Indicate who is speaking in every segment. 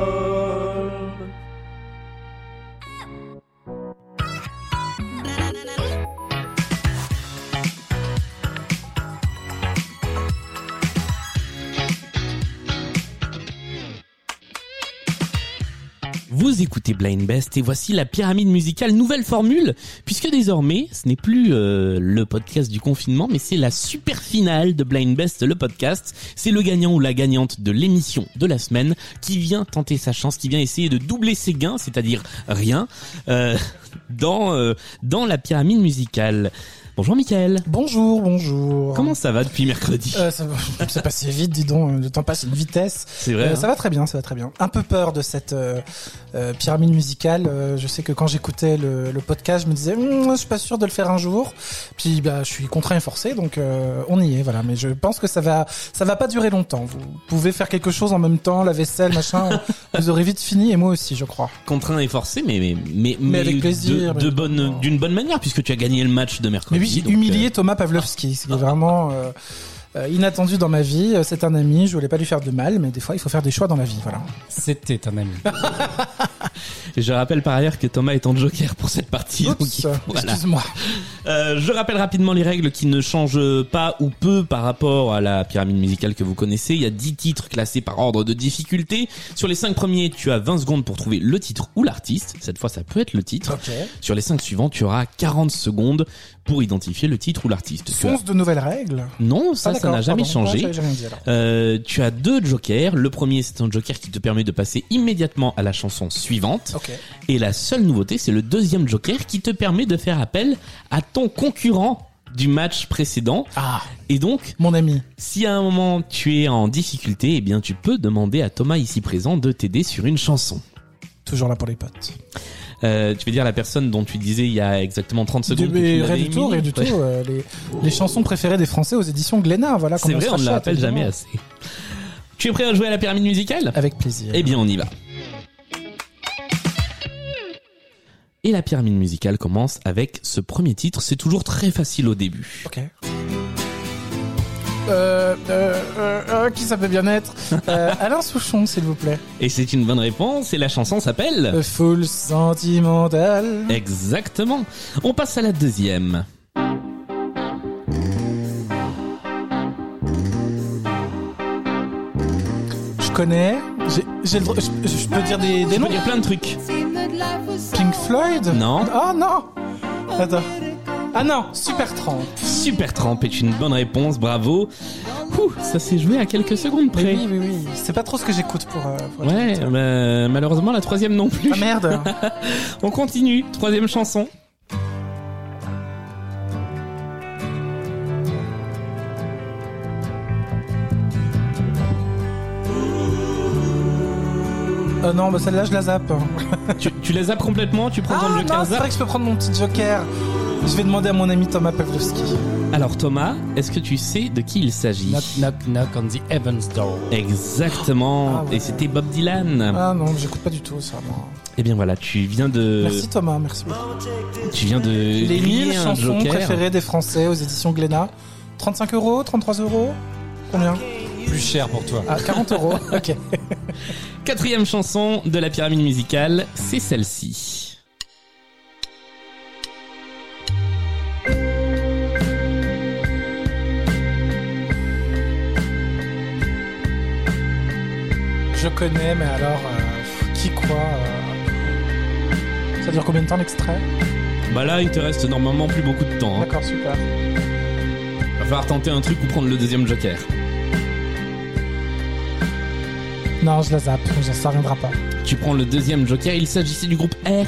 Speaker 1: Micro-Stockholm.
Speaker 2: Vous écoutez Blind Best et voici la pyramide musicale, nouvelle formule, puisque désormais ce n'est plus euh, le podcast du confinement, mais c'est la super finale de Blind Best, le podcast. C'est le gagnant ou la gagnante de l'émission de la semaine qui vient tenter sa chance, qui vient essayer de doubler ses gains, c'est-à-dire rien, euh, dans, euh, dans la pyramide musicale. Bonjour Mickaël,
Speaker 3: Bonjour, bonjour.
Speaker 2: comment ça va depuis mercredi
Speaker 3: Euh, ça, va- c'est passé vite, dis donc. euh, Le temps passe à une vitesse.
Speaker 2: C'est vrai,
Speaker 3: Euh,
Speaker 2: hein
Speaker 3: ça va très bien, ça va très bien. Un peu peur de cette euh, euh, pyramide musicale. Euh, je sais que quand j'écoutais le, le podcast, je me disais, Hum, je suis pas sûr de le faire un jour. Puis, bah, je suis contraint et forcé, donc euh, on y est, voilà. Mais je pense que ça va, ça va pas durer longtemps. Vous pouvez faire quelque chose en même temps, la vaisselle, machin. vous aurez vite fini et moi aussi, je crois.
Speaker 2: contraint et forcé, mais mais mais, mais
Speaker 3: avec
Speaker 2: de-
Speaker 3: plaisir,
Speaker 2: de,
Speaker 3: mais-
Speaker 2: bonne d'une bonne manière puisque tu as gagné le match de
Speaker 3: Mais
Speaker 2: mercredi.
Speaker 3: oui, j'ai
Speaker 2: donc, euh,
Speaker 3: humilié Thomas Pavlovski. C'est vraiment euh, euh, inattendu dans ma vie. Euh, C'est un ami. Je voulais pas lui faire de mal, mais des fois, il faut faire des choix dans la vie. Voilà.
Speaker 4: C'était un ami.
Speaker 2: Et je rappelle par ailleurs que Thomas est en joker pour cette partie. donc
Speaker 3: Oups,
Speaker 2: il- voilà.
Speaker 3: excuse-moi.
Speaker 2: Euh, je rappelle rapidement les règles qui ne changent pas ou peu par rapport à la pyramide musicale que vous connaissez. Il y a 10 titres classés par ordre de difficulté. Sur les 5 premiers, tu as 20 secondes pour trouver le titre ou l'artiste. Cette fois, ça peut être le titre.
Speaker 3: Ok.
Speaker 2: Sur les 5 suivants, tu auras 40 secondes pour identifier le titre ou l'artiste. Tu as-
Speaker 3: Fonce de nouvelles règles.
Speaker 2: Non, ça,
Speaker 3: Ah,
Speaker 2: ça
Speaker 3: d'accord,
Speaker 2: n'a jamais
Speaker 3: pardon.
Speaker 2: changé.
Speaker 3: Ouais, j'avais rien dit, alors.
Speaker 2: Euh, tu as deux jokers. Le premier, c'est un joker qui te permet de passer immédiatement à la chanson suivante.
Speaker 3: Ok.
Speaker 2: Et la seule nouveauté, c'est le deuxième joker qui te permet de faire appel à ton concurrent du match précédent.
Speaker 3: Ah,
Speaker 2: Et donc,
Speaker 3: mon ami.
Speaker 2: si à un moment tu es en difficulté, eh bien tu peux demander à Thomas ici présent de t'aider sur une chanson.
Speaker 3: Toujours là pour les potes.
Speaker 2: Euh, tu veux dire la personne dont tu disais il y a exactement 30 secondes que tu
Speaker 3: Mais rien
Speaker 2: m'avais
Speaker 3: du tout,
Speaker 2: émis
Speaker 3: rien du tout. euh, les, les chansons préférées des Français aux éditions Glénat. Voilà.
Speaker 2: C'est
Speaker 3: comment
Speaker 2: vrai,
Speaker 3: se
Speaker 2: on ne la
Speaker 3: rachète,
Speaker 2: rappelle jamais
Speaker 3: évidemment. Ah,
Speaker 2: assez. Tu es prêt à jouer à la pyramide musicale
Speaker 3: Avec plaisir.
Speaker 2: Eh bien, on y va. Et la pyramide musicale commence avec ce premier titre. C'est toujours très facile au début.
Speaker 3: Ok. Euh, euh, euh, euh, qui ça peut bien être Euh, Alain Souchon, s'il vous plaît.
Speaker 2: Et c'est une bonne réponse. Et la chanson s'appelle.
Speaker 3: Euh, Full sentimental.
Speaker 2: Exactement. On passe à la deuxième.
Speaker 3: Je connais. J'ai- j'ai le droit- je, je peux dire des, des
Speaker 2: Tu peux
Speaker 3: noms
Speaker 2: dire plein de trucs.
Speaker 3: Pink Floyd
Speaker 2: Non.
Speaker 3: Oh non Attends. Ah non, Super Tramp.
Speaker 2: Super Tramp est une bonne réponse. Bravo. Ouh, ça s'est joué à quelques secondes
Speaker 3: Mais
Speaker 2: près.
Speaker 3: oui, oui, oui. C'est pas trop ce que j'écoute pour. euh, pour être
Speaker 2: Ouais,
Speaker 3: honnête.
Speaker 2: bah, malheureusement la troisième non plus.
Speaker 3: Ah merde Ah.
Speaker 2: On continue. Troisième chanson.
Speaker 3: Euh, Non, bah celle-là, je la zappe.
Speaker 2: tu, tu la zappes complètement. Tu prends
Speaker 3: Ah
Speaker 2: ton
Speaker 3: non,
Speaker 2: joker
Speaker 3: c'est
Speaker 2: zap.
Speaker 3: vrai que je peux prendre mon petit joker. Je vais demander à mon ami Thomas Pavlovski.
Speaker 2: Alors Thomas, est-ce que tu sais de qui il s'agit
Speaker 4: Knock, knock, knock on the Evans door.
Speaker 2: Exactement.
Speaker 3: Ah ouais.
Speaker 2: Et c'était Bob Dylan.
Speaker 3: Ah non, j'écoute pas du tout ça. moi.
Speaker 2: Eh bien voilà, tu viens de,
Speaker 3: Merci Thomas, merci beaucoup.
Speaker 2: tu viens de
Speaker 3: Les
Speaker 2: griller
Speaker 3: 1000
Speaker 2: Euh, un
Speaker 3: chansons
Speaker 2: joker.
Speaker 3: préférées des Français aux éditions Glénat. 35 euros, 33 euros Combien
Speaker 4: Plus cher pour toi.
Speaker 3: Ah, 40 euros, ok.
Speaker 2: Quatrième chanson de la pyramide musicale, c'est celle-ci.
Speaker 3: Je connais, mais alors, euh, qui quoi euh, Ça dure combien de temps l'extrait
Speaker 2: Bah là, il te reste normalement plus beaucoup de temps. hein.
Speaker 3: D'accord, super.
Speaker 2: Va falloir tenter un truc ou prendre le deuxième joker.
Speaker 3: Non, je la zappe, ça, ça reviendra pas.
Speaker 2: Tu prends le deuxième joker. Il s'agissait du groupe R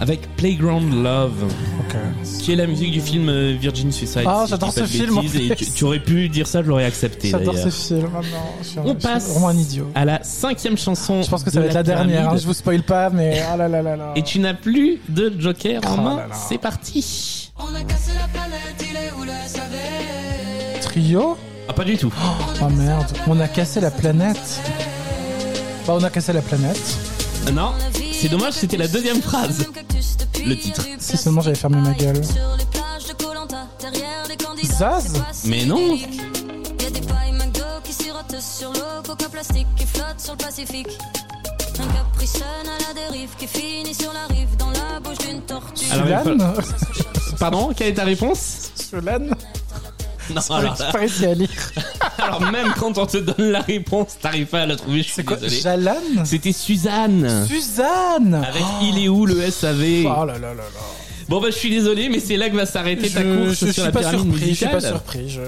Speaker 2: avec Playground Love,
Speaker 3: Ok.
Speaker 2: qui est la musique du film euh, Virgin Suicide.
Speaker 3: Ah,
Speaker 2: si je
Speaker 3: j'adore
Speaker 2: dis pas
Speaker 3: ce
Speaker 2: de
Speaker 3: film, en
Speaker 2: bêtises, et
Speaker 3: fait.
Speaker 2: tu, tu aurais pu dire ça, je l'aurais accepté.
Speaker 3: J'adore
Speaker 2: d'ailleurs.
Speaker 3: ce film, ah non, je suis,
Speaker 2: On
Speaker 3: je suis
Speaker 2: passe
Speaker 3: vraiment un idiot.
Speaker 2: à la cinquième chanson.
Speaker 3: Je pense que ça
Speaker 2: de
Speaker 3: va être la dernière, hein,
Speaker 2: pyramide.
Speaker 3: je vous spoil pas, mais ah là là là là.
Speaker 2: Et tu n'as plus de joker en
Speaker 3: Oh
Speaker 2: main.
Speaker 3: là là.
Speaker 2: C'est parti.
Speaker 5: On a cassé la planète, il est où le savait
Speaker 3: Trio
Speaker 2: Ah, pas du tout.
Speaker 3: Oh merde, on a cassé la planète. Bah, on a cassé la planète.
Speaker 2: Ah Non, c'est dommage, c'était la deuxième phrase. Le titre.
Speaker 3: Si seulement j'avais fermé ma gueule.
Speaker 2: Mais non.
Speaker 1: crotte sur l'eau, coca plastique qui flotte sur le Pacifique. Un capricène à la dérive qui finit sur la rive dans la bouche d'une tortue.
Speaker 2: Alors, il va
Speaker 3: Solane
Speaker 2: Pardon, quelle est ta réponse
Speaker 3: Solane
Speaker 2: Non, alors,
Speaker 3: Je parie qu'il y a à lire.
Speaker 2: alors même quand on te donne la réponse, t'arrives pas à la trouver, je suis
Speaker 3: C'est quoi
Speaker 2: désolé.
Speaker 3: Jalan
Speaker 2: C'était Suzanne
Speaker 3: Suzanne
Speaker 2: avec Il est où le SAV
Speaker 3: Oh là là là là.
Speaker 2: Bon bah je suis désolé mais c'est là que va s'arrêter ta
Speaker 3: Je-
Speaker 2: course
Speaker 3: je,
Speaker 2: sur
Speaker 3: suis
Speaker 2: la
Speaker 3: pas
Speaker 2: pyramide
Speaker 3: surpris, je suis
Speaker 2: musicale.
Speaker 3: pas surpris. Je,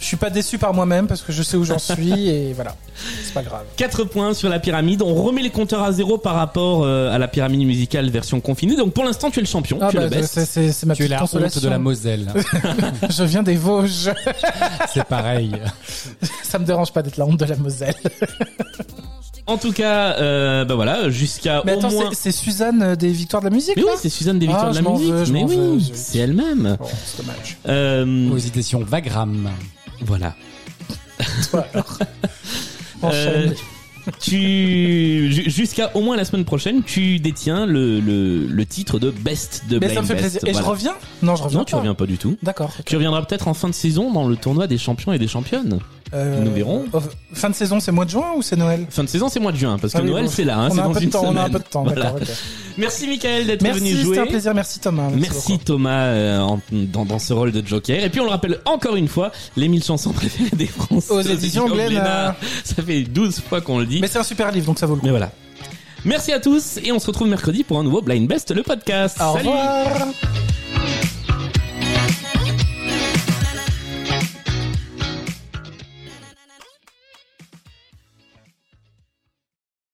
Speaker 3: je suis pas déçu par moi-même parce que je sais où j'en suis et voilà, c'est pas grave.
Speaker 2: 4 points sur la pyramide. On remet les compteurs à zéro par rapport euh, à la pyramide musicale version confinée. Donc pour l'instant, tu es le champion.
Speaker 3: Ah
Speaker 2: tu es le
Speaker 3: bah,
Speaker 2: best.
Speaker 3: c'est c'est- c'est ma
Speaker 4: Tu es
Speaker 3: petite
Speaker 4: la honte
Speaker 3: consolation.
Speaker 4: de la Moselle.
Speaker 3: Je viens des Vosges.
Speaker 4: C'est pareil.
Speaker 3: Ça me dérange pas d'être la honte de la Moselle.
Speaker 2: En tout cas, euh, bah voilà, jusqu'à
Speaker 3: Mais
Speaker 2: au
Speaker 3: attends,
Speaker 2: moins.
Speaker 3: c'est- c'est Suzanne euh, des Victoires de la musique
Speaker 2: Mais oui,
Speaker 3: là
Speaker 2: c'est Suzanne des Victoires
Speaker 3: Ah,
Speaker 2: de la
Speaker 3: je m'en
Speaker 2: musique.
Speaker 3: veux, je
Speaker 2: Mais
Speaker 3: m'en
Speaker 2: oui,
Speaker 3: veux, je-
Speaker 2: c'est elle-même.
Speaker 3: Bon, Oh, c'est dommage.
Speaker 2: Euh,
Speaker 4: Aux éditions Vagram.
Speaker 2: Voilà.
Speaker 3: Toi alors. Enchaîne.
Speaker 2: Euh, tu ju- jusqu'à au moins la semaine prochaine, tu détiens le le, le titre de best de
Speaker 3: Mais
Speaker 2: Blind
Speaker 3: ça me fait
Speaker 2: Best.
Speaker 3: plaisir. Et je
Speaker 2: Voilà.
Speaker 3: reviens Non, je reviens
Speaker 2: Non, tu
Speaker 3: pas.
Speaker 2: reviens pas du tout.
Speaker 3: D'accord.
Speaker 2: Tu reviendras peut-être en fin de saison dans le tournoi des champions et des championnes.
Speaker 3: Euh,
Speaker 2: Nous verrons.
Speaker 3: oh, Fin de saison, c'est mois de juin ou c'est Noël
Speaker 2: Fin de saison, c'est mois de juin parce que
Speaker 3: Ah oui,
Speaker 2: Noël
Speaker 3: bon,
Speaker 2: c'est là, hein,
Speaker 3: on,
Speaker 2: c'est
Speaker 3: a un
Speaker 2: dans
Speaker 3: peu de
Speaker 2: une
Speaker 3: temps, on a un
Speaker 2: semaine.
Speaker 3: peu de temps,
Speaker 2: Voilà.
Speaker 3: d'accord. ok.
Speaker 2: Merci Michael d'être venu
Speaker 3: Merci,
Speaker 2: jouer.
Speaker 3: c'était un plaisir. Merci Thomas.
Speaker 2: Merci
Speaker 3: beaucoup.
Speaker 2: Thomas euh, en- dans, dans ce rôle de Joker. Et puis on le rappelle encore une fois, les 1000 chansons préférées des Français.
Speaker 3: Aux éditions Glénat.
Speaker 2: Ça fait 12 fois qu'on le dit.
Speaker 3: Mais
Speaker 2: Mais,
Speaker 3: c'est un super livre, donc ça vaut le coup.
Speaker 2: voilà. Merci à tous et on se retrouve mercredi pour un nouveau Blind Best, le podcast.
Speaker 3: Au
Speaker 2: Salut
Speaker 3: revoir.